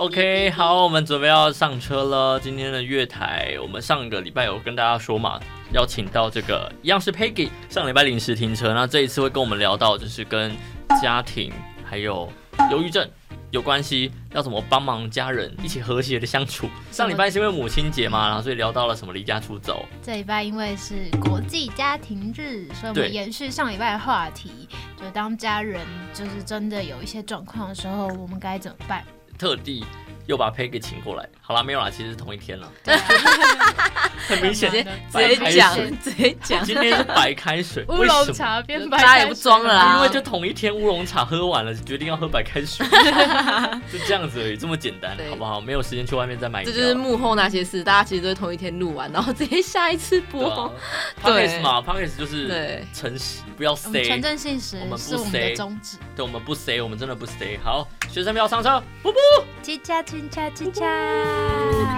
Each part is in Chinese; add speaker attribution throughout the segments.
Speaker 1: OK，好，我们准备要上车了。今天的月台，我们上个礼拜有跟大家说嘛，邀请到这个一样是 Peggy，上礼拜临时停车，那这一次会跟我们聊到就是跟家庭还有忧郁症有关系，要怎么帮忙家人一起和谐的相处。上礼拜是因为母亲节嘛，然后所以聊到了什么离家出走，
Speaker 2: 这礼拜因为是国际家庭日，所以我
Speaker 1: 对
Speaker 2: 们延续上礼拜的话题，就当家人就是真的有一些状况的时候，我们该怎么办？
Speaker 1: 特地又把 Peggy 请过来。好啦，没有啦，其 实是同一天了，很明显
Speaker 3: 直接
Speaker 1: 白
Speaker 3: 直
Speaker 1: 开水
Speaker 3: 接讲，直接讲，
Speaker 1: 今天是白开水，
Speaker 4: 乌
Speaker 1: 为什
Speaker 4: 龙
Speaker 1: 么？
Speaker 4: 茶变白，
Speaker 3: 大家也不装了啦
Speaker 1: 啊因为就同一天乌龙茶喝完了，决定要喝白开 水，就这样子而已，这么简单，
Speaker 3: 对
Speaker 1: 好不好？没有时间去外面再买饮
Speaker 3: 这
Speaker 1: 料。
Speaker 3: 就是幕后那些事，大家其实都是同一天录完，然后直接下一次
Speaker 1: 对
Speaker 3: 播
Speaker 1: 啊。
Speaker 3: 对
Speaker 1: Pockets 嘛，Pockets 就是
Speaker 3: 对，
Speaker 1: 诚实，不要
Speaker 2: 我们
Speaker 1: say，
Speaker 2: 纯正信实
Speaker 1: 我们不
Speaker 2: 是我们的
Speaker 1: say
Speaker 2: 宗旨。
Speaker 1: 对，我们不 say，我们真的不 say。好，学生们要上车，不不。
Speaker 2: 七加七加七加。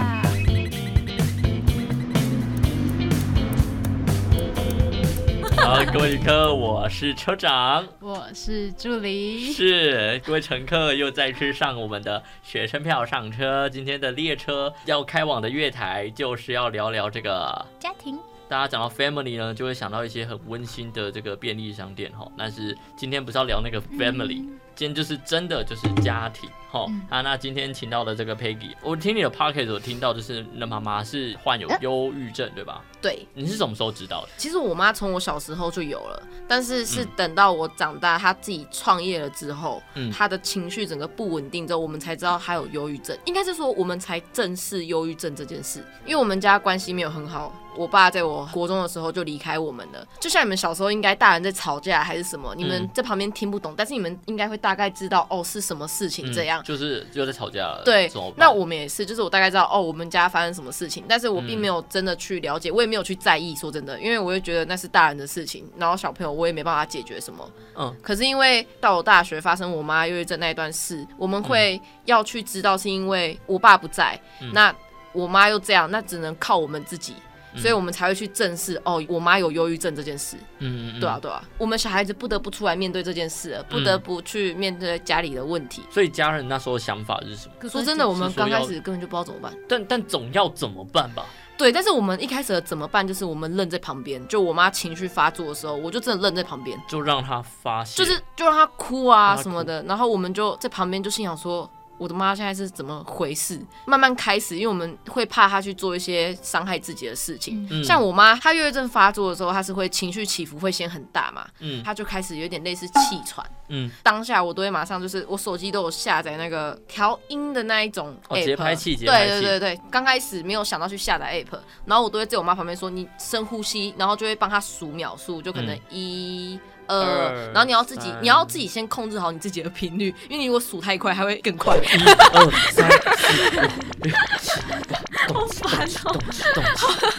Speaker 1: 好，各位旅客，我是车 长，
Speaker 4: 我是助理，
Speaker 1: 是各位乘客又再次上我们的学生票上车。今天的列车要开往的月台，就是要聊聊这个
Speaker 2: 家庭
Speaker 1: 大家讲到 family 呢，就会想到一些很温馨的这个便利商店哈。但是今天不是要聊那个 family，、
Speaker 2: 嗯
Speaker 1: 今天就是真的就是家庭哈、
Speaker 2: 嗯
Speaker 1: 啊。那今天请到的这个 Peggy，我听你的 pocket 有听到就是你的妈妈是患
Speaker 3: 呃
Speaker 1: 有忧郁症对吧？
Speaker 3: 对，
Speaker 1: 你是什么时候知道的？
Speaker 3: 其实我妈从我小时候就有了，但是是
Speaker 1: 嗯
Speaker 3: 等到我长大，她自己创业了之后，
Speaker 1: 嗯
Speaker 3: 她的情绪整个不稳定之后，我们才知道她有忧郁症。应该是说我们才正视忧郁症这件事，因为我们家关系没有很好，我爸在我国中的时候就离开我们了。就像你们小时候应该大人在吵架还是什么，你们
Speaker 1: 嗯
Speaker 3: 在旁边听不懂，但是你们应该会大概知道哦是什么事情这样
Speaker 1: 嗯。就是又在吵架了。
Speaker 3: 对
Speaker 1: 怎么，办
Speaker 3: 那我们也是，就是我大概知道哦，我们家发生什么事情，但是我并没有真的去了解，我也没有去在意。说真的，因为我就觉得那是大人的事情，然后小朋友我也没办法解决什么。
Speaker 1: 嗯
Speaker 3: 可是因为到我大学发生我妈忧郁症那一段事，我们会要去知道，是因为我爸不在，
Speaker 1: 嗯
Speaker 3: 那我妈又这样，那只能靠我们自己。
Speaker 1: 嗯
Speaker 3: 所以我们才会去正视哦，我妈有忧郁症这件事，
Speaker 1: 嗯嗯
Speaker 3: 对啊，。对啊，我们小孩子不得不出来面对这件事了，不得
Speaker 1: 嗯
Speaker 3: 不去面对家里的问题。
Speaker 1: 所以家人那时候的想法是什么？
Speaker 3: 说真的，我们
Speaker 1: 是说
Speaker 3: 刚开
Speaker 1: 要
Speaker 3: 始根本就不知道怎么办。
Speaker 1: 但但总要怎么办吧？
Speaker 3: 对，但是我们一开始的怎么办？就是我们愣在旁边，就我妈情绪发作的时候，我就真的愣在旁边，
Speaker 1: 就让他发泄，
Speaker 3: 就是就让她哭啊
Speaker 1: 让她
Speaker 3: 什么的，然后我们就在旁边就心想说。我的妈现在是怎么回事？慢慢开始，因为我们会怕她去做一些伤害自己的事情。
Speaker 1: 嗯
Speaker 3: 像我妈，她忧郁症发作的时候，她是会情绪起伏会先很大嘛，
Speaker 1: 嗯
Speaker 3: 她就开始有点类似气喘。
Speaker 1: 嗯，
Speaker 3: 当下我都会马上就是我手机都有下载那个调音的那一种 app，、
Speaker 1: 哦节拍器节拍
Speaker 3: 对
Speaker 1: 器
Speaker 3: 对对对，刚开始没有想到去下载 app，然后我都会在我妈旁边说你深呼吸，然后就会帮她数秒数，就可能
Speaker 1: 嗯
Speaker 3: 一。
Speaker 1: 二
Speaker 3: 二，然后你要自己，
Speaker 1: 三
Speaker 3: 你要自己先控制好你自己的频率，因为你如果数太快，还会更快。
Speaker 1: 一二三四五六七八，咚
Speaker 3: 烦
Speaker 1: 哧
Speaker 3: 哦
Speaker 1: 咚哧咚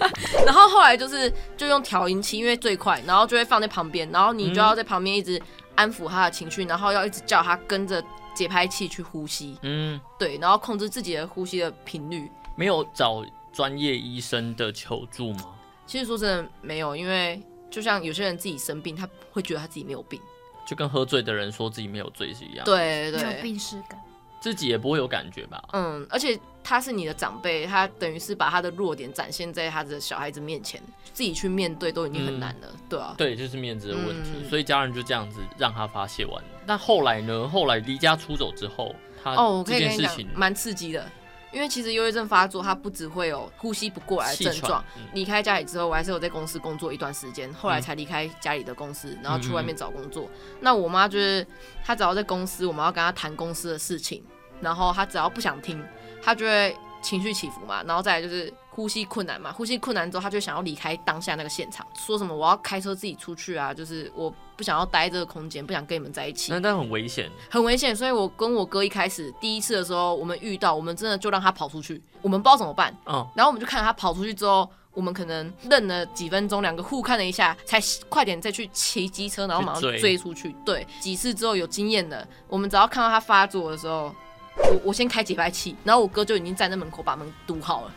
Speaker 1: 哧
Speaker 3: 然后后来就是就用调音器，因为最快，然后就会放在旁边，然后你就要在旁边一直安抚她的情绪，然后要一直叫她跟着节拍器去呼吸，
Speaker 1: 嗯，
Speaker 3: 对，然后控制自己的呼吸的频率。
Speaker 1: 没有找专业医生的求助吗？
Speaker 3: 其实说真的，没有，因为就像有些人自己生病，他会觉得他自己没有病。
Speaker 1: 就跟喝醉的人说自己没有醉是一样，，
Speaker 2: 没有
Speaker 3: 对对，
Speaker 2: 病耻感，
Speaker 1: 自己也不会有感觉吧？
Speaker 3: 嗯，而且他是你的长辈，他等于是把他的弱点展现在他的小孩子面前，自己去面对都已经很难了，对啊。
Speaker 1: 嗯对，就是面子的问题，
Speaker 3: 嗯
Speaker 1: 所以家人就这样子让他发泄完。那后来呢？后来离家出走之后，他
Speaker 3: 哦，我可
Speaker 1: 啊这
Speaker 3: 以
Speaker 1: 件
Speaker 3: 跟你
Speaker 1: 事
Speaker 3: 讲
Speaker 1: 情，
Speaker 3: 蛮刺激的，因为其实忧郁症发作，它不只会有呼吸不过来的
Speaker 1: 气
Speaker 3: 症状
Speaker 1: 喘，，嗯
Speaker 3: 离开家里之后，我还是有在公司工作一段时间，后来
Speaker 1: 嗯
Speaker 3: 才离开家里的公司，然后去外面找工作。那我妈就是，她只要在公司，我们要跟她谈公司的事情，然后她只要不想听，她就会情绪起伏嘛，然后再来就是呼吸困难嘛，呼吸困难之后，她就想要离开当下那个现场，说什么我要开车自己出去啊，就是我不想要待这个空间，不想跟你们在一起
Speaker 1: 那，但很危险，
Speaker 3: 很危险。所以我跟我哥一开始第一次的时候，我们遇到，我们真的就让他跑出去，我们不知道怎么办。
Speaker 1: 嗯，
Speaker 3: 然后我们就看他跑出去之后，我们可能愣了几分钟，两个互看了一下，才快点再去骑机车，然后马上
Speaker 1: 去追
Speaker 3: 追出去。对，几次之后有经验了，我们只要看到他发作的时候，我我先开节拍器，然后我哥就已经站在门口把门堵好了。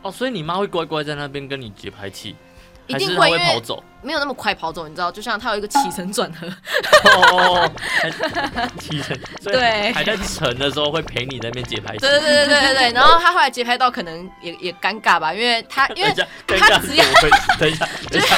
Speaker 1: 哦，所以你妈会乖乖在那边跟你节拍器，
Speaker 3: 一
Speaker 1: 还
Speaker 3: 定
Speaker 1: 是他
Speaker 3: 会，因
Speaker 1: 会跑
Speaker 3: 为
Speaker 1: 走？
Speaker 3: 没有那么快跑走，你知道，就像他有一个起承转合，
Speaker 1: 哦，还提神，所以
Speaker 3: 对
Speaker 1: 还在沉的时候会陪你在那边节拍器。
Speaker 3: 对对对对对对对。然后他后来节拍到可能也也尴尬吧，因为他
Speaker 1: 等
Speaker 3: 因为
Speaker 1: 一下，尴尬是
Speaker 3: 只
Speaker 1: 怎
Speaker 3: 要
Speaker 1: 么回事？等一下，等一下，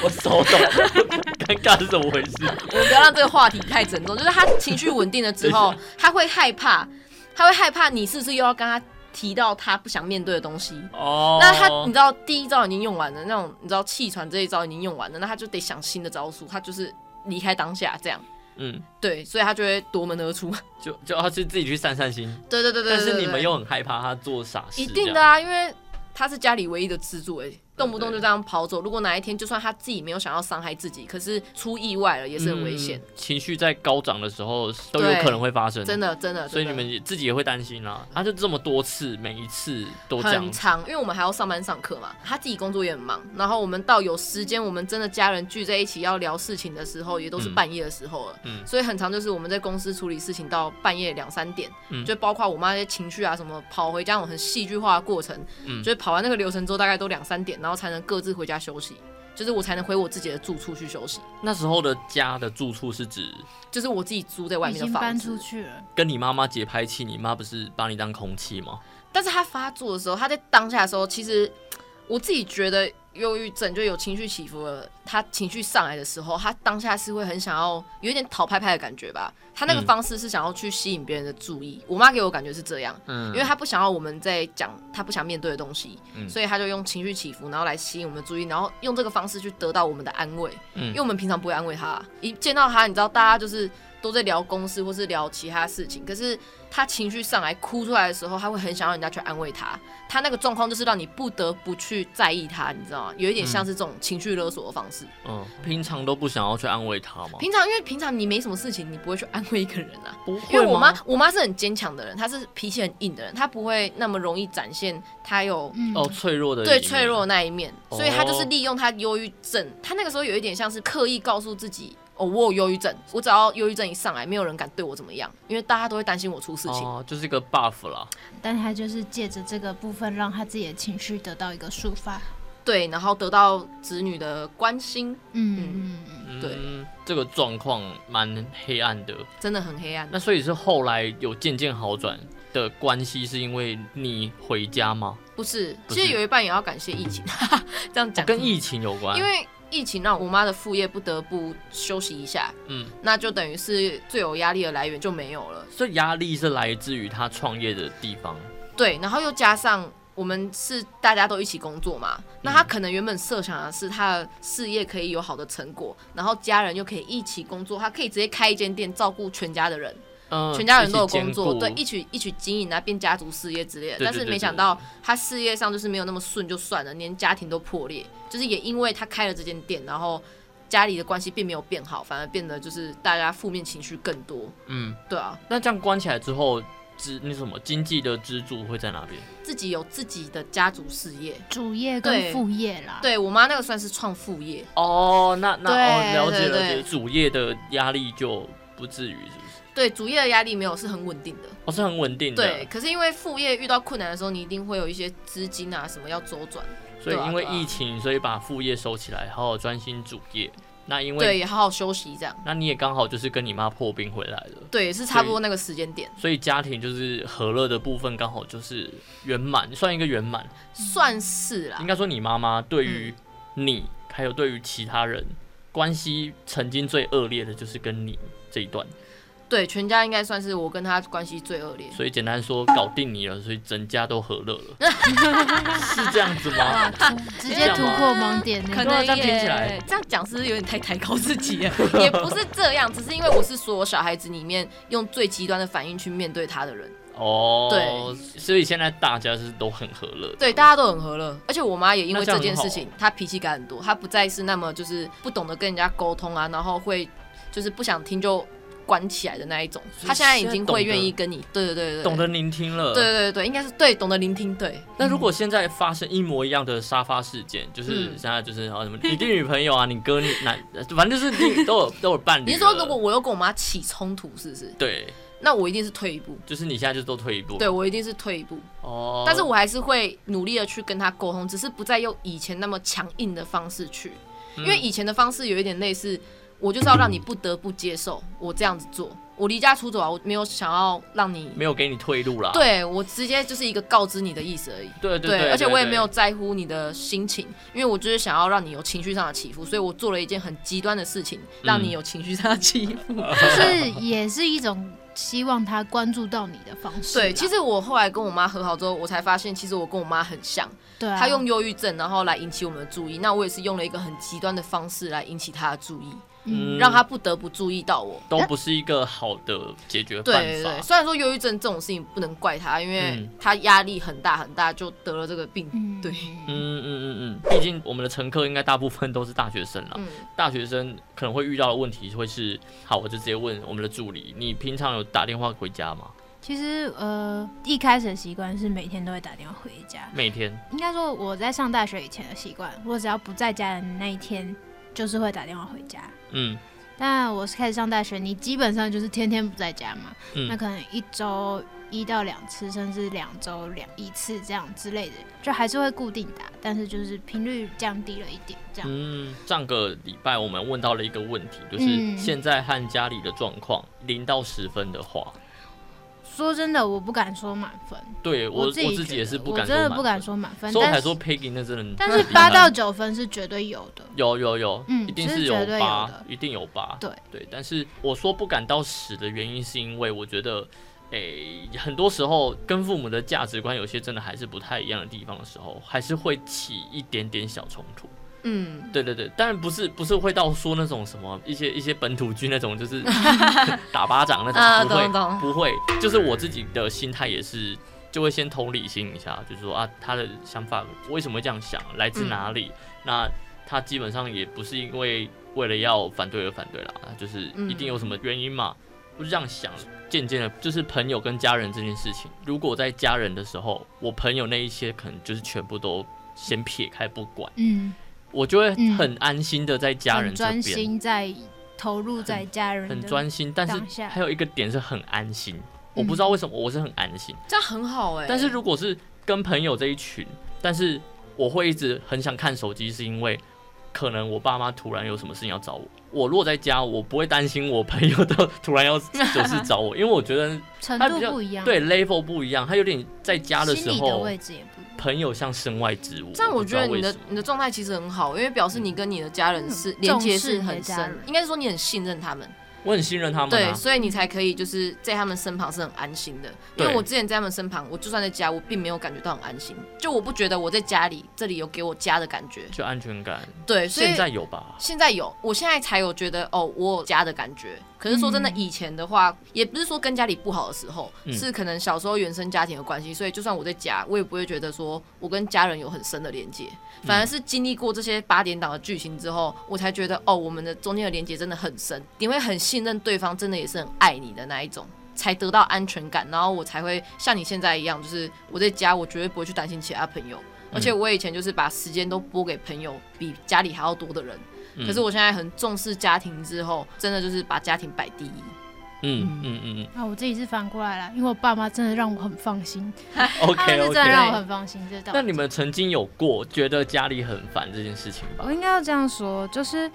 Speaker 1: 我手抖。尴尬是怎么回事？
Speaker 3: 我们不要让这个话题太沉重，就是他情绪稳定了之后，他会害怕，他会害怕你是不是又要跟他提到他不想面对的东西。
Speaker 1: 哦，
Speaker 3: 那他，你知道第一招已经用完了，那种你知道气喘这一招已经用完了，那他就得想新的招数，他就是离开当下这样。
Speaker 1: 嗯，
Speaker 3: 对，所以他就会夺门而出。
Speaker 1: 就就他去自己去散散心，
Speaker 3: 对对对对
Speaker 1: 但
Speaker 3: 对
Speaker 1: 是你
Speaker 3: 对
Speaker 1: 们又很害怕他做傻事，
Speaker 3: 一定的啊，因为他是家里唯一的支柱、哎，动不动就这样跑走。如果哪一天就算他自己没有想要伤害自己，可是出意外了也
Speaker 1: 也
Speaker 3: 是很危险。
Speaker 1: 情绪在高涨的时候都有可能会发生，
Speaker 3: 真。的真的。
Speaker 1: 嗯所以你
Speaker 3: 真的
Speaker 1: 们也自己也会担心啦。他就这么多次，每一次都这样
Speaker 3: 很，长，因为我们还要上班上课嘛，他自己工作也很忙。然后我们到有时间，我们真的家人聚在一起要聊事情的时候，也都是
Speaker 1: 嗯
Speaker 3: 半夜的时候了。
Speaker 1: 嗯
Speaker 3: 所以很长就是我们在公司处理事情到半夜两三点，
Speaker 1: 嗯
Speaker 3: 就包括我妈那些情绪啊什么，跑回家那种很戏剧化的过程，
Speaker 1: 嗯
Speaker 3: 就是跑完那个流程之后大概都两三点，然后才能各自回家休息，就是我才能回我自己的住处去休息，
Speaker 1: 那时候的家的住处是指
Speaker 3: 就是我自己租在外
Speaker 2: 已
Speaker 3: 面的
Speaker 2: 经
Speaker 3: 房
Speaker 2: 搬
Speaker 3: 子
Speaker 2: 出。去了，
Speaker 1: 跟你妈妈节拍器，你妈不是把你当空气吗？
Speaker 3: 但是他发作的时候，他在当下的时候，其实我自己觉得忧郁症就有情绪起伏了。他情绪上来的时候，他当下是会很想要有一点讨拍拍的感觉吧。他那个
Speaker 1: 嗯
Speaker 3: 方式是想要去吸引别人的注意。我妈给我感觉是这样，
Speaker 1: 嗯
Speaker 3: 因为她不想要我们在讲她不想面对的东西，
Speaker 1: 嗯
Speaker 3: 所以她就用情绪起伏，然后来吸引我们的注意，然后用这个方式去得到我们的安慰。因为
Speaker 1: 嗯
Speaker 3: 我们平常不会安慰他，一见到他，你知道大家就是都在聊公司或是聊其他事情，可是他情绪上来哭出来的时候，他会很想让人家去安慰他，他那个状况就是让你不得不去在意他，你知道吗？有一点像是这种情绪勒索的方式。
Speaker 1: 嗯，平常都不想要去安慰她吗？
Speaker 3: 平常因为平常你没什么事情，你不会去安慰一个人啊。
Speaker 1: 不
Speaker 3: 因
Speaker 1: 会
Speaker 3: 为我妈
Speaker 1: 吗？，
Speaker 3: 我妈是很坚强的人，她是脾气很硬的人，她不会那么容易展现她有
Speaker 2: 嗯，
Speaker 1: 哦，脆弱的
Speaker 3: 对
Speaker 1: 一面
Speaker 3: 脆弱的那一面，
Speaker 1: 哦
Speaker 3: 所以他就是利用他忧郁症，他那个时候有一点像是刻意告诉自己，哦，我有忧郁症，我只要忧郁症一上来，没有人敢对我怎么样，因为大家都会担心我出事情。
Speaker 1: 哦，就是一个 buff 啦。
Speaker 2: 但他就是借着这个部分，让他自己的情绪得到一个抒发。
Speaker 3: 对，然后得到子女的关心，
Speaker 2: 嗯嗯嗯，
Speaker 1: 嗯
Speaker 3: 对，
Speaker 1: 这个状况蛮黑暗的。
Speaker 3: 真的很黑暗。
Speaker 1: 那所以是后来有渐渐好转的关系，是因为你回家吗？
Speaker 3: 不是，
Speaker 1: 不是哦
Speaker 3: 其实有一半也要感谢疫情， 这样讲、
Speaker 1: 跟疫情有关？
Speaker 3: 因为疫情让我妈的副业不得不休息一下，
Speaker 1: 嗯，
Speaker 3: 那就等于是最有压力的来源就没有了。
Speaker 1: 所以压力是来自于他创业的地方。
Speaker 3: 对，然后又加上我们是大家都一起工作嘛，那
Speaker 1: 嗯
Speaker 3: 他可能原本设想的是他的事业可以有好的成果，然后家人又可以一起工作，他可以直接开一间店照顾全家的人，
Speaker 1: 嗯，
Speaker 3: 全家人都有
Speaker 1: 一起兼
Speaker 3: 工作，
Speaker 1: 顾
Speaker 3: 对，一起一起经营啊，变家族事业之类的。
Speaker 1: 对
Speaker 3: 但
Speaker 1: 对
Speaker 3: 是
Speaker 1: 对
Speaker 3: 没想到他事业上就是没有那么顺就算了，连家庭都破裂，就是也因为他开了这间店，然后。家里的关系并没有变好，反而变得就是大家负面情绪更多。
Speaker 1: 嗯，
Speaker 3: 对啊，
Speaker 1: 那这样关起来之后，支那什么经济的支柱会在哪边？
Speaker 3: 自己有自己的家族事业，
Speaker 2: 主业跟
Speaker 3: 对
Speaker 2: 副业啦，，
Speaker 3: 对我妈那个算是创副业，
Speaker 1: 哦，那那
Speaker 3: 对
Speaker 1: 哦，了解
Speaker 3: 对
Speaker 1: 了
Speaker 3: 对
Speaker 1: 解，主业的压力就不至于是不是？
Speaker 3: 对主业的压力没有是很稳定的，
Speaker 1: 哦，是很稳定的。
Speaker 3: 对。，可是因为副业遇到困难的时候，你一定会有一些资金啊什么要周转，
Speaker 1: 所以
Speaker 3: 对啊
Speaker 1: 因为
Speaker 3: 对啊
Speaker 1: 疫情，所以把副业收起来，好好专心主业。那因为
Speaker 3: 对，也好好休息这样，
Speaker 1: 那你也刚好就是跟你妈破冰回来了，
Speaker 3: 对，是差不多那个时间点，
Speaker 1: 所以家庭就是和乐的部分刚好就是圆满，算一个圆满。
Speaker 3: 算是啦
Speaker 1: 应。该说你妈妈对于
Speaker 3: 嗯
Speaker 1: 你，还有对于其他人关系曾经最恶劣的就是跟你这一段，
Speaker 3: 对，全家应该算是我跟他关系最恶劣。
Speaker 1: 所以简单说搞定你了，所以整家都和乐了， 是这样子吗？
Speaker 2: 直接突破盲点那个。
Speaker 3: 可能
Speaker 1: 对啊这样听起来
Speaker 3: 也这样讲是不是有点太抬高自己了？ 也不是这样，只是因为我是所有小孩子里面用最极端的反应去面对他的人。
Speaker 1: 哦，所以现在大家是都很和乐的，
Speaker 3: 对，大家都很和乐，而且我妈也因为
Speaker 1: 那这样
Speaker 3: 这件
Speaker 1: 很好
Speaker 3: 事情，她脾气改很多，她不再是那么就是不懂得跟人家沟通啊，然后会就是不想听就关起来的那一种。
Speaker 1: 所以
Speaker 3: 她现在已
Speaker 1: 现
Speaker 3: 经
Speaker 1: 在懂
Speaker 3: 会
Speaker 1: 得
Speaker 3: 愿意跟你，对对对对，
Speaker 1: 懂得，聆听了。
Speaker 3: 对对对对，应该是对懂得聆听，对，
Speaker 1: 那如果现在发生一模一样的沙发事件，就是
Speaker 3: 嗯
Speaker 1: 现在就是啊什么你弟女朋友啊，你哥你男，反正就是你都有都有伴侣了。
Speaker 3: 你是说如果我又跟我妈起冲突，是不是？
Speaker 1: 对，
Speaker 3: 那我一定是退一步，
Speaker 1: 就是你现在就都退一步。
Speaker 3: 对我一定是退一步，
Speaker 1: 哦，
Speaker 3: 但是我还是会努力的去跟他沟通，只是不再用以前那么强硬的方式去，因为
Speaker 1: 嗯
Speaker 3: 以前的方式有一点类似，我就是要让你不得不接受我这样子做，我离家出走啊，我没有想要让你，
Speaker 1: 没有给你退路啦。
Speaker 3: 对我直接就是一个告知你的意思而已。
Speaker 1: 对对对，
Speaker 3: 而且我也
Speaker 1: 对
Speaker 3: 没有在乎你的心情，因为我就是想要让你有情绪上的起伏，所以我做了一件很极端的事情，让你有情绪上的起 伏。
Speaker 2: 就是也是一种希望他关注到你的方
Speaker 1: 啊
Speaker 2: 式啦。
Speaker 3: 对，其实我后来跟我妈和好之后，我才发现，其实我跟我妈很像，
Speaker 2: 对啊，
Speaker 3: 她用忧郁症，然后来引起我们的注意。那我也是用了一个很极端的方式来引起她的注意，
Speaker 1: 嗯
Speaker 3: 让她不得不注意到我。
Speaker 1: 都不是一个好的解决
Speaker 3: 对
Speaker 1: 办
Speaker 3: 对
Speaker 1: 法
Speaker 3: 对，。虽然说忧郁症这种事情不能怪她，因为
Speaker 1: 嗯
Speaker 3: 她压力很大很大，就得了这个病。
Speaker 2: 嗯
Speaker 3: 对，
Speaker 1: 嗯嗯嗯嗯，毕竟我们的乘客应该大部分都是大学生啦。
Speaker 3: 嗯，
Speaker 1: 大学生可能会遇到的问题会是，好，我就直接问我们的助理，你平常有打电话回家吗？
Speaker 2: 其实呃，一开始的习惯是每天都会打电话回家。
Speaker 1: 每天？
Speaker 2: 应该说我在上大学以前的习惯，我只要不在家的那一天，就是会打电话回家。
Speaker 1: 嗯
Speaker 2: 但我是开始上大学，你基本上就是天天不在家嘛，那
Speaker 1: 嗯
Speaker 2: 可能一周一到两次，甚至两周两一次这样之类的，就还是会固定打，但是就是频率降低了一点，这样。
Speaker 1: 嗯，上个礼拜我们问到了一个问题，就是
Speaker 2: 嗯
Speaker 1: 现在和家里的状况，零到十分的话，
Speaker 2: 说真的，我不敢说满分，
Speaker 1: 对我
Speaker 2: 自己
Speaker 1: 自己也是不
Speaker 2: 不
Speaker 1: 敢说
Speaker 2: 真
Speaker 1: 满
Speaker 2: 的
Speaker 1: 分，
Speaker 2: 敢说满分，
Speaker 1: 所以我才
Speaker 2: 但
Speaker 1: 说
Speaker 2: 是
Speaker 1: Peggy 那真的，
Speaker 2: 但是 八到九分是绝对有的。
Speaker 1: 有有有，
Speaker 2: 嗯
Speaker 1: 一定
Speaker 2: 这
Speaker 1: 是
Speaker 2: 是
Speaker 1: 有
Speaker 2: 绝对有
Speaker 1: 八
Speaker 2: 的，
Speaker 1: 一定有八。
Speaker 2: 对
Speaker 1: 对，但是我说不敢到十的原因，是因为我觉得，诶、很多时候跟父母的价值观有些真的还是不太一样的地方的时候，还是会起一点点小冲突。
Speaker 3: 嗯，
Speaker 1: 对对对，当然不是不是会到说那种什么一些一些本土剧那种，就是 打巴掌那
Speaker 3: 啊
Speaker 1: 种，不会、
Speaker 3: 懂懂
Speaker 1: 不会，就是我自己的心态也是，就会先同理心一下，就是说啊，他的想法为什么会这样想，来自哪里？
Speaker 3: 嗯
Speaker 1: 那他基本上也不是因为为了要反对而反对啦，就是
Speaker 3: 嗯
Speaker 1: 一定有什么原因嘛，我就这样想。渐渐的，就是朋友跟家人这件事情，如果在家人的时候，我朋友那一些可能就是全部都先撇开不管。
Speaker 2: 嗯，
Speaker 1: 我就会
Speaker 2: 嗯
Speaker 1: 很安心的在家人
Speaker 2: 很
Speaker 1: 这边，
Speaker 2: 专心在投入在家人
Speaker 1: 很
Speaker 2: 的
Speaker 1: 专心。但
Speaker 2: 当
Speaker 1: 是
Speaker 2: 下
Speaker 1: 还有一个点是很安心，
Speaker 3: 嗯
Speaker 1: 我不知道为什么我是很安心。
Speaker 3: 这样很好哎、
Speaker 1: 但是如果是跟朋友这一群，但是我会一直很想看手机，是因为可能我爸妈突然有什么事情要找我。我如果在家，我不会担心我朋友都 突然要有事找我，因为我觉得
Speaker 2: 程
Speaker 1: 他
Speaker 2: 度
Speaker 1: 比较
Speaker 2: 不一样，
Speaker 1: 对 level 不一样，他有点在家的时
Speaker 2: 心理的
Speaker 1: 候，
Speaker 2: 位置也不一样。
Speaker 1: 朋友像身外之物。
Speaker 3: 这样
Speaker 1: 我
Speaker 3: 我
Speaker 1: 不知
Speaker 3: 觉
Speaker 1: 道
Speaker 3: 得你
Speaker 1: 为
Speaker 3: 的
Speaker 1: 什么
Speaker 3: 你的状态其实很好，因为表示你跟你的家人是
Speaker 2: 嗯
Speaker 3: 连
Speaker 2: 重视
Speaker 3: 接是
Speaker 2: 你的
Speaker 3: 很
Speaker 2: 家
Speaker 3: 深
Speaker 2: 人，
Speaker 3: 应该是说你很信任他们，
Speaker 1: 我很信任他们、啊。
Speaker 3: 对，所以你才可以就是在他们身旁是很安心的。因为
Speaker 1: 对
Speaker 3: 我之前在他们身旁，我就算在家，我并没有感觉到很安心，就我不觉得我在家里这里有给我家的感觉。
Speaker 1: 就安全感，
Speaker 3: 对，所以
Speaker 1: 现在有吧？
Speaker 3: 现在有，我现在才有觉得哦，我有家的感觉。可是说真的，
Speaker 2: 嗯
Speaker 3: 以前的话，也不是说跟家里不好的时候，
Speaker 1: 嗯
Speaker 3: 是可能小时候原生家庭的关系，所以就算我在家，我也不会觉得说我跟家人有很深的连接。反而是经历过这些八点档的剧情之后，我才觉得哦，我们的中间的连接真的很深，你会很信任对方，真的也是很爱你的那一种。才得到安全感，然后我才会像你现在一样，就是我在家，我绝对不会去担心其他朋友，而且我以前就是把时间都拨给朋友，比家里还要多的人。
Speaker 1: 嗯
Speaker 3: 可是我现在很重视家庭，之后真的就是把家庭摆第一。
Speaker 1: 嗯嗯嗯
Speaker 2: 啊，我自己是反过来了，因为我爸妈真的让我很放心，
Speaker 1: 嗯
Speaker 2: 啊他们
Speaker 1: ，OK
Speaker 2: 是真的
Speaker 1: OK。
Speaker 2: 让我很放心，这道理。
Speaker 1: 那你们曾经有过觉得家里很烦这件事情吧
Speaker 2: 我？应该要这样说，就是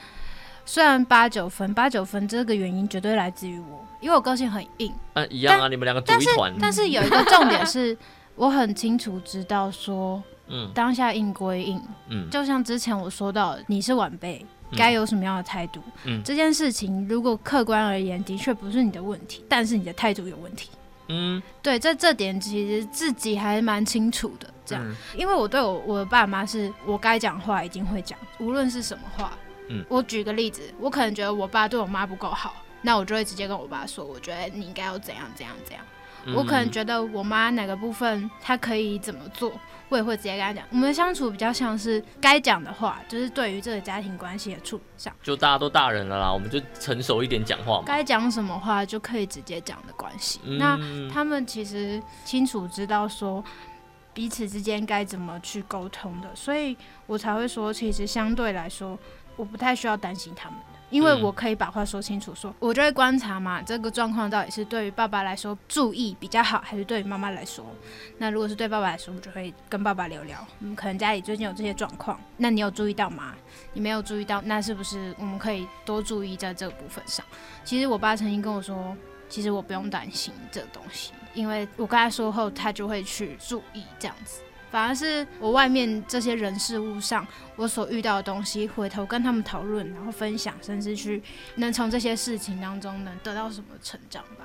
Speaker 2: 虽然八九分，八九分这个原因绝对来自于我，因为我个性很硬，
Speaker 1: 嗯，一样啊，你们两个组一团，
Speaker 2: 但是有一个重 点是，我很清楚知道说
Speaker 1: 嗯
Speaker 2: 当下硬归硬，
Speaker 1: 嗯，
Speaker 2: 就像之前我说到的，你是晚辈，
Speaker 1: 嗯
Speaker 2: 该有什么样的态度？
Speaker 1: 嗯
Speaker 2: 这件事情如果客观而言，的确不是你的问题，但是你的态度有问题。
Speaker 1: 嗯
Speaker 2: 对，在这点其实自己还蛮清楚的，这样，
Speaker 1: 嗯
Speaker 2: 因为我对我我的爸妈是我该讲话一定会讲，无论是什么话。
Speaker 1: 嗯
Speaker 2: 我举个例子，我可能觉得我爸对我妈不够好，那我就会直接跟我爸说，我觉得你应该要怎样怎样怎样。
Speaker 1: 嗯
Speaker 2: 我可能觉得我妈哪个部分她可以怎么做，我也会直接跟她讲。我们相处比较像是该讲的话，就是对于这个家庭关系的处理上，
Speaker 1: 就大家都大人了啦，我们就成熟一点讲话嘛。
Speaker 2: 该讲什么话就可以直接讲的关系。
Speaker 1: 嗯
Speaker 2: 那他们其实清楚知道说彼此之间该怎么去沟通的，所以我才会说，其实相对来说，我不太需要担心他们的，因为
Speaker 1: 嗯
Speaker 2: 我可以把话说清楚说我就会观察嘛，这个状况到底是对于爸爸来说注意比较好，还是对于妈妈来说？那如果是对爸爸来说，我就会跟爸爸聊聊，嗯，可能家里最近有这些状况，那你有注意到吗？你没有注意到，那是不是我们可以多注意在这个部分上？其实我爸曾经跟我说，其实我不用担心这个东西，因为我跟他说后，他就会去注意这样子。反而是我外面这些人事物上，我所遇到的东西，回头跟他们讨论，然后分享，甚至去能从这些事情当中能得到什么成长吧。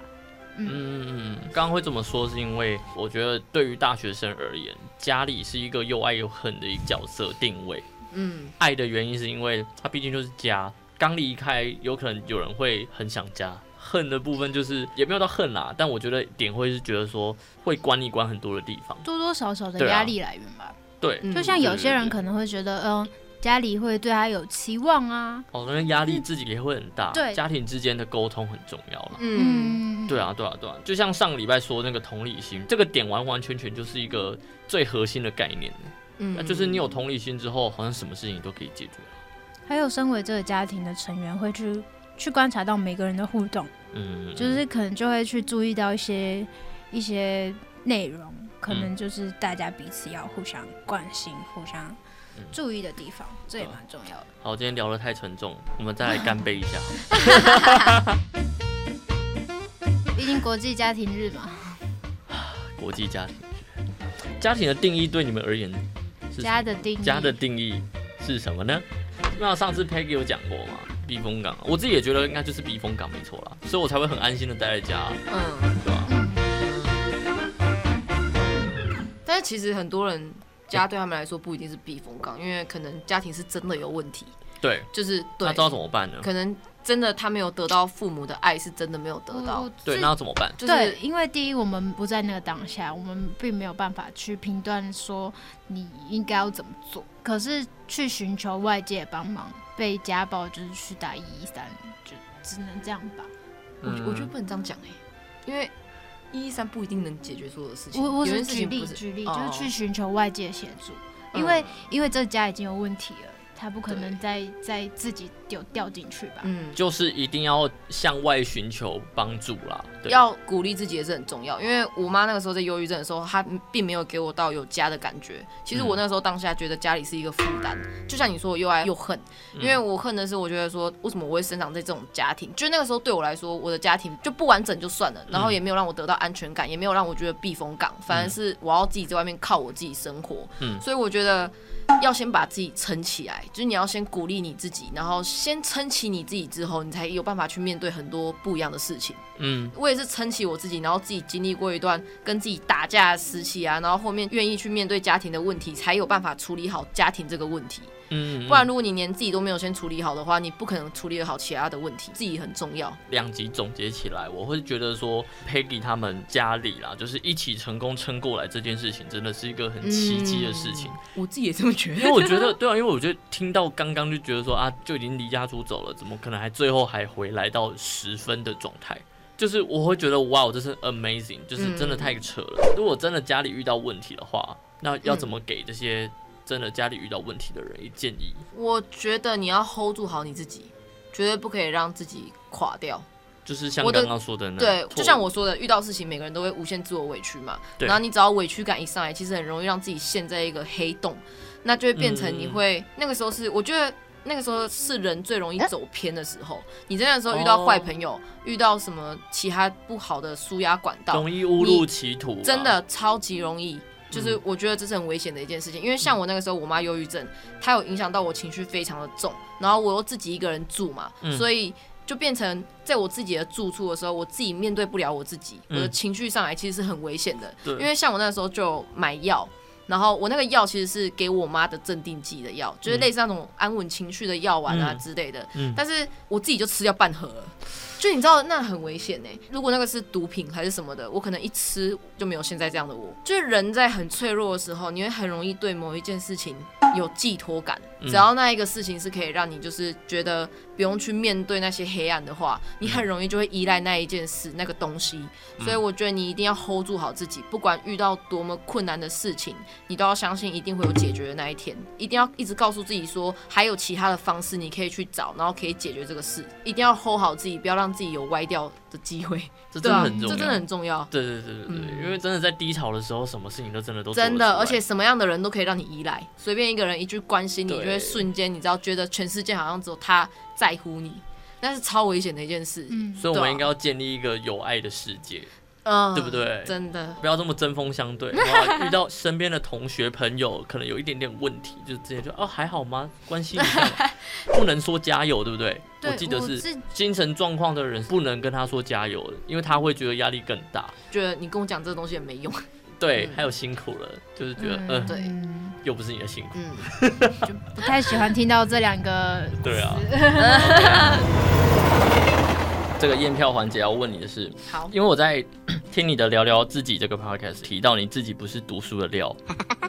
Speaker 1: 嗯，刚刚会这么说是因为我觉得对于大学生而言，家里是一个又爱又恨的一个角色定位。
Speaker 3: 嗯，
Speaker 1: 爱的原因是因为它毕竟就是家，刚离开有可能有人会很想家。恨的部分就是也没有到恨啦，但我觉得点会是觉得说会关一关很多的地方。
Speaker 2: 多多少少的
Speaker 1: 对啊
Speaker 2: 压力来源吧，
Speaker 1: 对，
Speaker 3: 嗯
Speaker 2: 就像有些
Speaker 1: 对对
Speaker 2: 人
Speaker 1: 对
Speaker 2: 可能会觉得，嗯，家里会对他有期望啊，
Speaker 1: 哦，那压力自己也会很大。
Speaker 2: 对
Speaker 1: 家庭之间的沟通很重要啦。
Speaker 2: 嗯，
Speaker 3: 嗯，
Speaker 1: 对啊，对啊，对啊，就像上礼拜说那个同理心，这个点完完全全就是一个最核心的概念。
Speaker 3: 嗯
Speaker 1: 那就是你有同理心之后，好像什么事情都可以解决。
Speaker 2: 还有身为这个家庭的成员会去去观察到每个人的互动，
Speaker 1: 嗯，
Speaker 2: 就是可能就会去注意到一些一些内容，可
Speaker 1: 嗯
Speaker 2: 能就是大家彼此要互相关心、互相
Speaker 1: 嗯
Speaker 2: 注意的地方，这也蛮重要的。
Speaker 1: 好，今天聊得太沉重，我们再来干杯一下。
Speaker 2: 毕竟国际家庭日嘛，
Speaker 1: 国际家庭，家庭的定义对你们而言是
Speaker 2: 家的定义，
Speaker 1: 家的定义是什么呢？那上次 Peggy 有讲过嘛，避风港，我自己也觉得应该就是避风港没错啦，所以我才会很安心的待在家，
Speaker 3: 嗯，
Speaker 1: 对吧、
Speaker 3: 但是其实很多人家对他们来说不一定是避风港，因为可能家庭是真的有问题，
Speaker 1: 对，
Speaker 3: 就是
Speaker 1: 那
Speaker 3: 对
Speaker 1: 知，道怎么办呢？
Speaker 3: 可能真的他没有得到父母的爱，是真的没有得
Speaker 2: 我
Speaker 3: 到
Speaker 2: 我，
Speaker 1: 对，
Speaker 2: 自
Speaker 1: 那要怎么办？
Speaker 3: 就
Speaker 2: 哦对
Speaker 3: 是，
Speaker 2: 因为第一，我们不在那个当下，我们并没有办法去评断说你应该要怎么做。可是去寻求外界帮忙，被家暴就是去打一一三，就只能这样吧。
Speaker 3: 我
Speaker 1: 嗯
Speaker 3: 我觉得不能这样讲哎，因为一一三不一定能解决所有的事情，
Speaker 2: 我我
Speaker 3: 有
Speaker 2: 是
Speaker 3: 些事
Speaker 2: 举
Speaker 3: 情
Speaker 2: 例
Speaker 3: 不是，
Speaker 2: 举例，
Speaker 3: 哦
Speaker 2: 就是去寻求外界协助，因为
Speaker 3: 嗯
Speaker 2: 因为这家已经有问题了，他不可
Speaker 3: 对
Speaker 2: 能再再自己丢掉进去吧。
Speaker 3: 嗯，
Speaker 1: 就是一定要向外寻求帮助啦，对，
Speaker 3: 要鼓励自己也是很重要，因为我妈那个时候在忧郁症的时候，她并没有给我到有家的感觉。其实我
Speaker 1: 嗯
Speaker 3: 那时候当下觉得家里是一个负担，就像你说，我又爱又恨，
Speaker 1: 嗯
Speaker 3: 因为我恨的是我觉得说，为什么我会生长在这种家庭？就那个时候对我来说，我的家庭就不完整就算了，然
Speaker 1: 嗯
Speaker 3: 后也没有让我得到安全感，也没有让我觉得避风港，反而是我要自己在外面靠我自己生活。
Speaker 1: 嗯
Speaker 3: 所以我觉得。要先把自己撑起来，就是你要先鼓励你自己，然后先撑起你自己之后，你才有办法去面对很多不一样的事情。
Speaker 1: 嗯，
Speaker 3: 我也是撑起我自己，然后自己经历过一段跟自己打架的时期啊，然后后面愿意去面对家庭的问题，才有办法处理好家庭这个问题。
Speaker 1: 嗯，
Speaker 3: 不然，如果你连自己都没有先处理好的话，你不可能处理得好其他的问题。自己很重要。
Speaker 1: 两集总结起来，我会觉得说 Peggy 他们家里啦，就是一起成功撑过来这件事情，真的是一个很奇迹的事情。
Speaker 3: 我自己也这么觉
Speaker 1: 因为我觉得，对啊，因为我觉得听到刚刚就觉得说啊，就已经离家出走了，怎么可能还最后还回来到十分的状态？就是我会觉得哇，哦这是 amazing，就是真的太
Speaker 3: 嗯
Speaker 1: 扯了。如果真的家里遇到问题的话，那要怎么
Speaker 3: 嗯
Speaker 1: 给这些真的家里遇到问题的人一建议？
Speaker 3: 我觉得你要 hold 住好你自己，绝对不可以让自己垮掉。
Speaker 1: 就是像
Speaker 3: 我的
Speaker 1: 刚刚说的那
Speaker 3: 对
Speaker 1: 错，误
Speaker 3: 就像我说的，遇到事情每个人都会无限自我委屈嘛。
Speaker 1: 对
Speaker 3: 然后你只要委屈感一上来，其实很容易让自己陷在一个黑洞，那就会变成
Speaker 1: 嗯
Speaker 3: 你会、那个时候是我觉得。那个时候是人最容易走偏的时候，你在那时候遇
Speaker 1: 哦
Speaker 3: 到坏朋友，遇到什么其他不好的舒压管道，
Speaker 1: 容易误入歧途啊，
Speaker 3: 真的超级容易。就是
Speaker 1: 嗯
Speaker 3: 我觉得这是很危险的一件事情，因为像我那个时候，我妈忧郁症，它有影响到我情绪非常的重，然后我又自己一个人住嘛，
Speaker 1: 嗯
Speaker 3: 所以就变成在我自己的住处的时候，我自己面对不了我自己，
Speaker 1: 嗯
Speaker 3: 我的情绪上来其实是很危险的。
Speaker 1: 对啊
Speaker 3: 因为像我那时候就有买药，然后我那个药其实是给我妈的镇定剂的药，就是类似那种安稳情绪的药丸啊
Speaker 1: 嗯
Speaker 3: 之类的，
Speaker 1: 嗯
Speaker 3: 但是我自己就吃掉半盒了。就你知道那很危险呢、欸如果那个是毒品还是什么的，我可能一吃就没有现在这样的我。就是人在很脆弱的时候，你会很容易对某一件事情有寄托感。
Speaker 1: 嗯
Speaker 3: 只要那一个事情是可以让你就是觉得不用去面对那些黑暗的话，你
Speaker 1: 嗯
Speaker 3: 很容易就会依赖那一件事那个东西。所以我觉得你一定要 hold 住好自己，不管遇到多么困难的事情，你都要相信一定会有解决的那一天，一定要一直告诉自己说还有其他的方式你可以去找，然后可以解决这个事，一定要 hold 好自己，不要让自己有歪掉的机会。
Speaker 1: 这真
Speaker 3: 对
Speaker 1: 的
Speaker 3: 啊，
Speaker 1: 很重
Speaker 3: 这
Speaker 1: 要，
Speaker 3: 真的很重要，
Speaker 1: 对对对对对，
Speaker 3: 嗯
Speaker 1: 因为真的在低潮的时候，什么事情都真的都做得
Speaker 3: 真的，
Speaker 1: 出来
Speaker 3: 而且什么样的人都可以让你依赖，随便一个人一句关心你，
Speaker 1: 对
Speaker 3: 就会瞬间你知道觉得全世界好像只有他在乎你，那是超危险的一件事，
Speaker 2: 嗯，
Speaker 1: 所以我
Speaker 3: 对
Speaker 1: 们
Speaker 3: 啊
Speaker 1: 应该要建立一个有爱的世界，
Speaker 3: 嗯，
Speaker 1: 对不对
Speaker 3: 真的，
Speaker 1: 不要这么针锋相 对。然后遇到身边的同学朋友可能有一点点问题，就直接就哦还好吗？关心一下 嘛，不能说加油，对不对？
Speaker 2: 对，
Speaker 1: 记得是
Speaker 2: 自
Speaker 1: 精神状况的人不能跟他说加油，因为他会觉得压力更大。
Speaker 3: 觉得你跟我讲这个东西也没用，
Speaker 1: 对，
Speaker 3: 嗯
Speaker 1: 还有辛苦了，就是觉得
Speaker 2: 嗯
Speaker 1: 嗯，
Speaker 3: 对
Speaker 4: 嗯，
Speaker 1: 又不是你的辛苦。
Speaker 3: 嗯。
Speaker 2: 不太喜欢听到这两 个
Speaker 1: 对啊。OK 啊 这个验票环节要问你的是，
Speaker 3: 好，
Speaker 1: 因为我在听你的聊聊自己这个 podcast 提到你自己不是读书的料，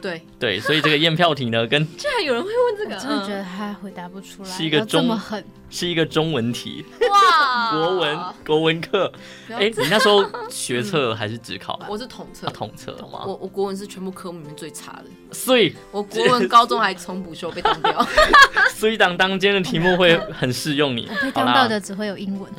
Speaker 3: 对，
Speaker 1: 对，所以这个验票题呢，跟
Speaker 3: 居然啊有人会问这个，
Speaker 2: 我真的觉得他回答不出来，
Speaker 1: 是一个
Speaker 2: 要这么
Speaker 1: 中
Speaker 2: 狠，
Speaker 1: 是一个中文题，
Speaker 3: 嗯哇，
Speaker 1: 国文国文课。
Speaker 3: 不要
Speaker 1: 哎、你那时候学测还是只考啊？
Speaker 3: 我是统测
Speaker 1: 啊，统测吗
Speaker 3: 我？我国文是全部科目里面最差的，
Speaker 1: 所以
Speaker 3: 我国文高中还重补修被 当掉，
Speaker 1: 所以当当今天的题目会很适用你。
Speaker 2: 被
Speaker 1: 好
Speaker 2: 当到
Speaker 1: 啦，
Speaker 2: 的只会有英 文。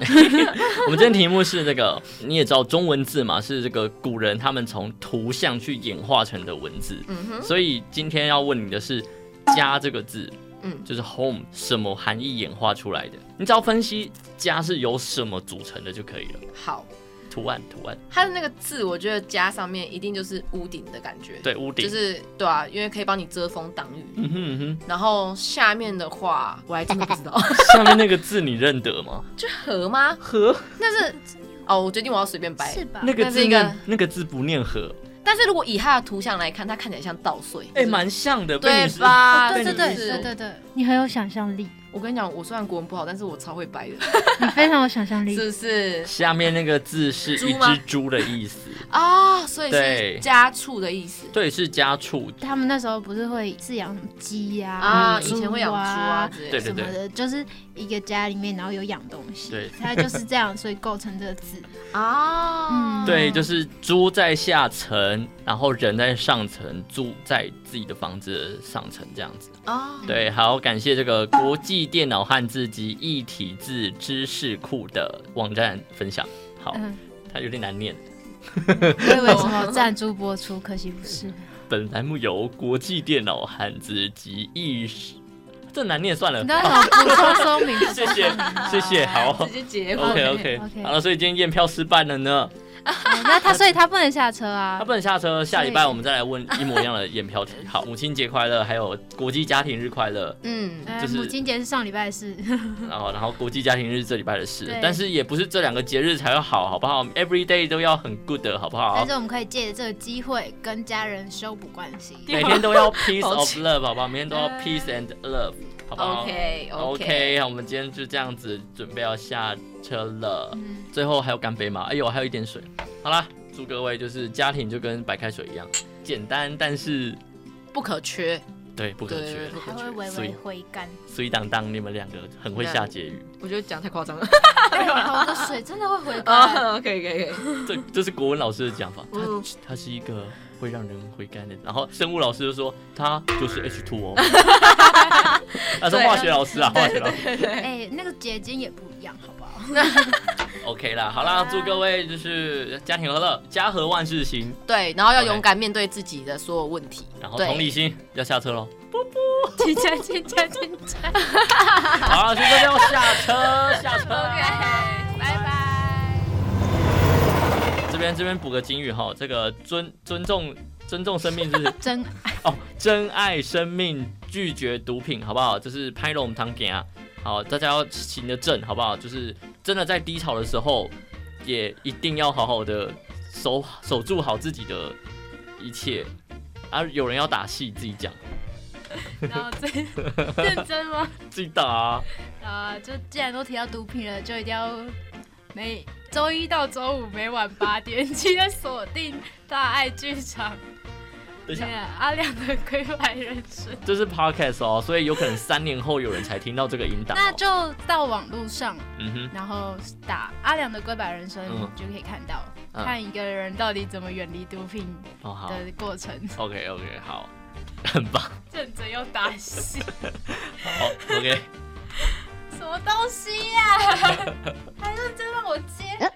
Speaker 1: 我们今天题目是这个，你也知道中文字嘛，是这个古人他们从图像去演化成的文字。
Speaker 3: 嗯哼，
Speaker 1: 所以今天要问你的是“家”这个字，
Speaker 3: 嗯
Speaker 1: 就是 home 什么含义演化出来的？你只要分析“家”是由什么组成的就可以了。
Speaker 3: 好，
Speaker 1: 图案，图案，
Speaker 3: 它的那个字，我觉得加上面一定就是屋顶的感觉，，
Speaker 1: 对，屋顶，
Speaker 3: 就是对啊，因为可以帮你遮风挡雨。
Speaker 1: 嗯哼 嗯
Speaker 3: 然后下面的话，我还真的不知 道
Speaker 1: 哼，下面那个字你认得吗？
Speaker 3: 河吗？
Speaker 1: 河
Speaker 3: 但是 哦，我决定我要随便掰
Speaker 2: 是。吧？
Speaker 1: 那个
Speaker 3: 那
Speaker 1: 字
Speaker 3: 是一个
Speaker 1: 念那个字不念河，
Speaker 3: 但是如果以它的图像来看，它看起来像稻穗，
Speaker 1: 哎，蛮像的，被
Speaker 3: 对
Speaker 1: 你是
Speaker 3: 吧？
Speaker 2: 对对
Speaker 1: 被
Speaker 2: 对
Speaker 1: 你
Speaker 2: 对对对，你很有想象力，
Speaker 3: 我跟你讲，我虽然国文不好，但是我超会掰的，
Speaker 1: 哎
Speaker 2: 你非常有想象力。
Speaker 3: 是不是？
Speaker 1: 下面那个字是一
Speaker 3: 猪吗
Speaker 1: 只猪的意思，
Speaker 3: 啊、所以
Speaker 1: 对
Speaker 3: 是家畜的意思
Speaker 1: 对，是家畜，
Speaker 2: 他们那时候不是会饲养什么鸡呀、
Speaker 3: 啊，以
Speaker 2: 猪
Speaker 3: 前会养猪啊，之类
Speaker 1: 嗯对
Speaker 3: 的。
Speaker 1: 对
Speaker 2: 什么的，就是一个家里面，然后有养东西，
Speaker 1: 对
Speaker 2: 它就是这样，所以构成这个字。
Speaker 3: 啊，
Speaker 2: 嗯
Speaker 1: 对，就是猪在下层，然后人在上层，住在自己的房子的上层这样子。
Speaker 3: 啊，
Speaker 1: 对，好，感谢这个国际电脑汉字及一体字知识库的网站分享。好，
Speaker 2: 嗯，
Speaker 1: 它有点难念。
Speaker 2: 我以为什么赞助播出，可惜 不是。
Speaker 1: 本栏目由国际电脑汉字及意识，这难念算了
Speaker 2: 你。那种补充说明，
Speaker 1: 谢谢，谢谢，好
Speaker 3: 直。接结婚。
Speaker 1: OK OK，
Speaker 2: OK
Speaker 1: 好了，所以今天验票失败了呢，
Speaker 2: 哦那他所以他不能下车啊
Speaker 1: 他。不能下车，下礼拜我们再来问一模一样的验票题。好，母亲节快乐，还有国际家庭日快乐。
Speaker 3: 嗯，
Speaker 2: 呃
Speaker 1: 就是
Speaker 2: 母亲节是上礼拜四，
Speaker 1: 然后，然后国际家庭日这礼拜的事
Speaker 2: 对，
Speaker 1: 但是也不是这两个节日才要好，好不好？Every day 都要很 good，好不好
Speaker 2: 但是？我们可以借着这个机会跟家人修补关系。
Speaker 1: 每天都 要 peace
Speaker 3: 抱
Speaker 1: of
Speaker 3: 歉
Speaker 1: love，好不好？每天都要 peace and love，好不好
Speaker 3: OK，OK
Speaker 1: OK，好，我们今天就这样子准备要下车了。
Speaker 2: 嗯，
Speaker 1: 最后还有干杯吗？哎呦，还有一点水。好啦，祝各位就是家庭就跟白开水一样简单，但是
Speaker 3: 不可缺，
Speaker 1: 对不可
Speaker 3: 对
Speaker 1: 缺
Speaker 3: 对，不
Speaker 2: 还
Speaker 3: 可
Speaker 2: 会
Speaker 3: 缺。
Speaker 2: 微
Speaker 1: 所以
Speaker 2: 微回 甘。
Speaker 1: 所以当当你们两个很会下结语，
Speaker 3: 我觉得讲太夸张了。
Speaker 2: 哎我的水真的会回甘。
Speaker 1: 哦
Speaker 3: 啊，可以可以可以。
Speaker 1: 这这是国文老师的 讲法，它
Speaker 3: 嗯
Speaker 1: 它是一个会让人回甘的。然后生物老师就说它就是 H2O，他是化学老师啊，化学老师。
Speaker 2: 哎，那个结晶也不一样，好不好？
Speaker 1: OK 啦，好啦，祝各位就是家庭和乐，家和万事兴，
Speaker 3: 对，然后要
Speaker 1: OK
Speaker 3: 勇敢面对自己的所有问题。
Speaker 1: 然后
Speaker 3: 对
Speaker 1: 同理心，要下车 喽。
Speaker 2: 请加请加请加。
Speaker 1: 好啦，就这要下车，下车啦。
Speaker 3: 拜拜。
Speaker 1: 这边这边补个金语哈，这个尊尊重尊重生命 就是
Speaker 2: 真
Speaker 1: 哦，珍爱生命，拒绝毒品，好不好？就是拍了我们堂点啊，好，大家要行得正，好不好？就是真的在低潮的时候，也一定要好好的守守住好自己的一切。啊，有人要打戏，自己讲，
Speaker 2: 然后最认真吗？
Speaker 1: 自己打啊。
Speaker 2: 啊、就既然都提到毒品了，就一定要每周一到周五每晚八点，记得锁定大爱剧场。
Speaker 1: 等一下，
Speaker 2: 阿亮的归来人生，
Speaker 1: 这是 podcast 哦，所以有可能三年后有人才听到这个音档、哦。
Speaker 2: 那就到网络上，
Speaker 1: 嗯哼，
Speaker 2: 然后打阿亮的归来人生，
Speaker 1: 嗯
Speaker 2: 你就可以看到、
Speaker 1: 嗯
Speaker 2: 看一个人到底怎么远离毒品
Speaker 1: 哦好
Speaker 2: 的过程。
Speaker 1: ，OK OK，好， 很棒，
Speaker 2: 正着又打戏，
Speaker 1: 好 OK。
Speaker 2: 什么东西呀、还认真让我接。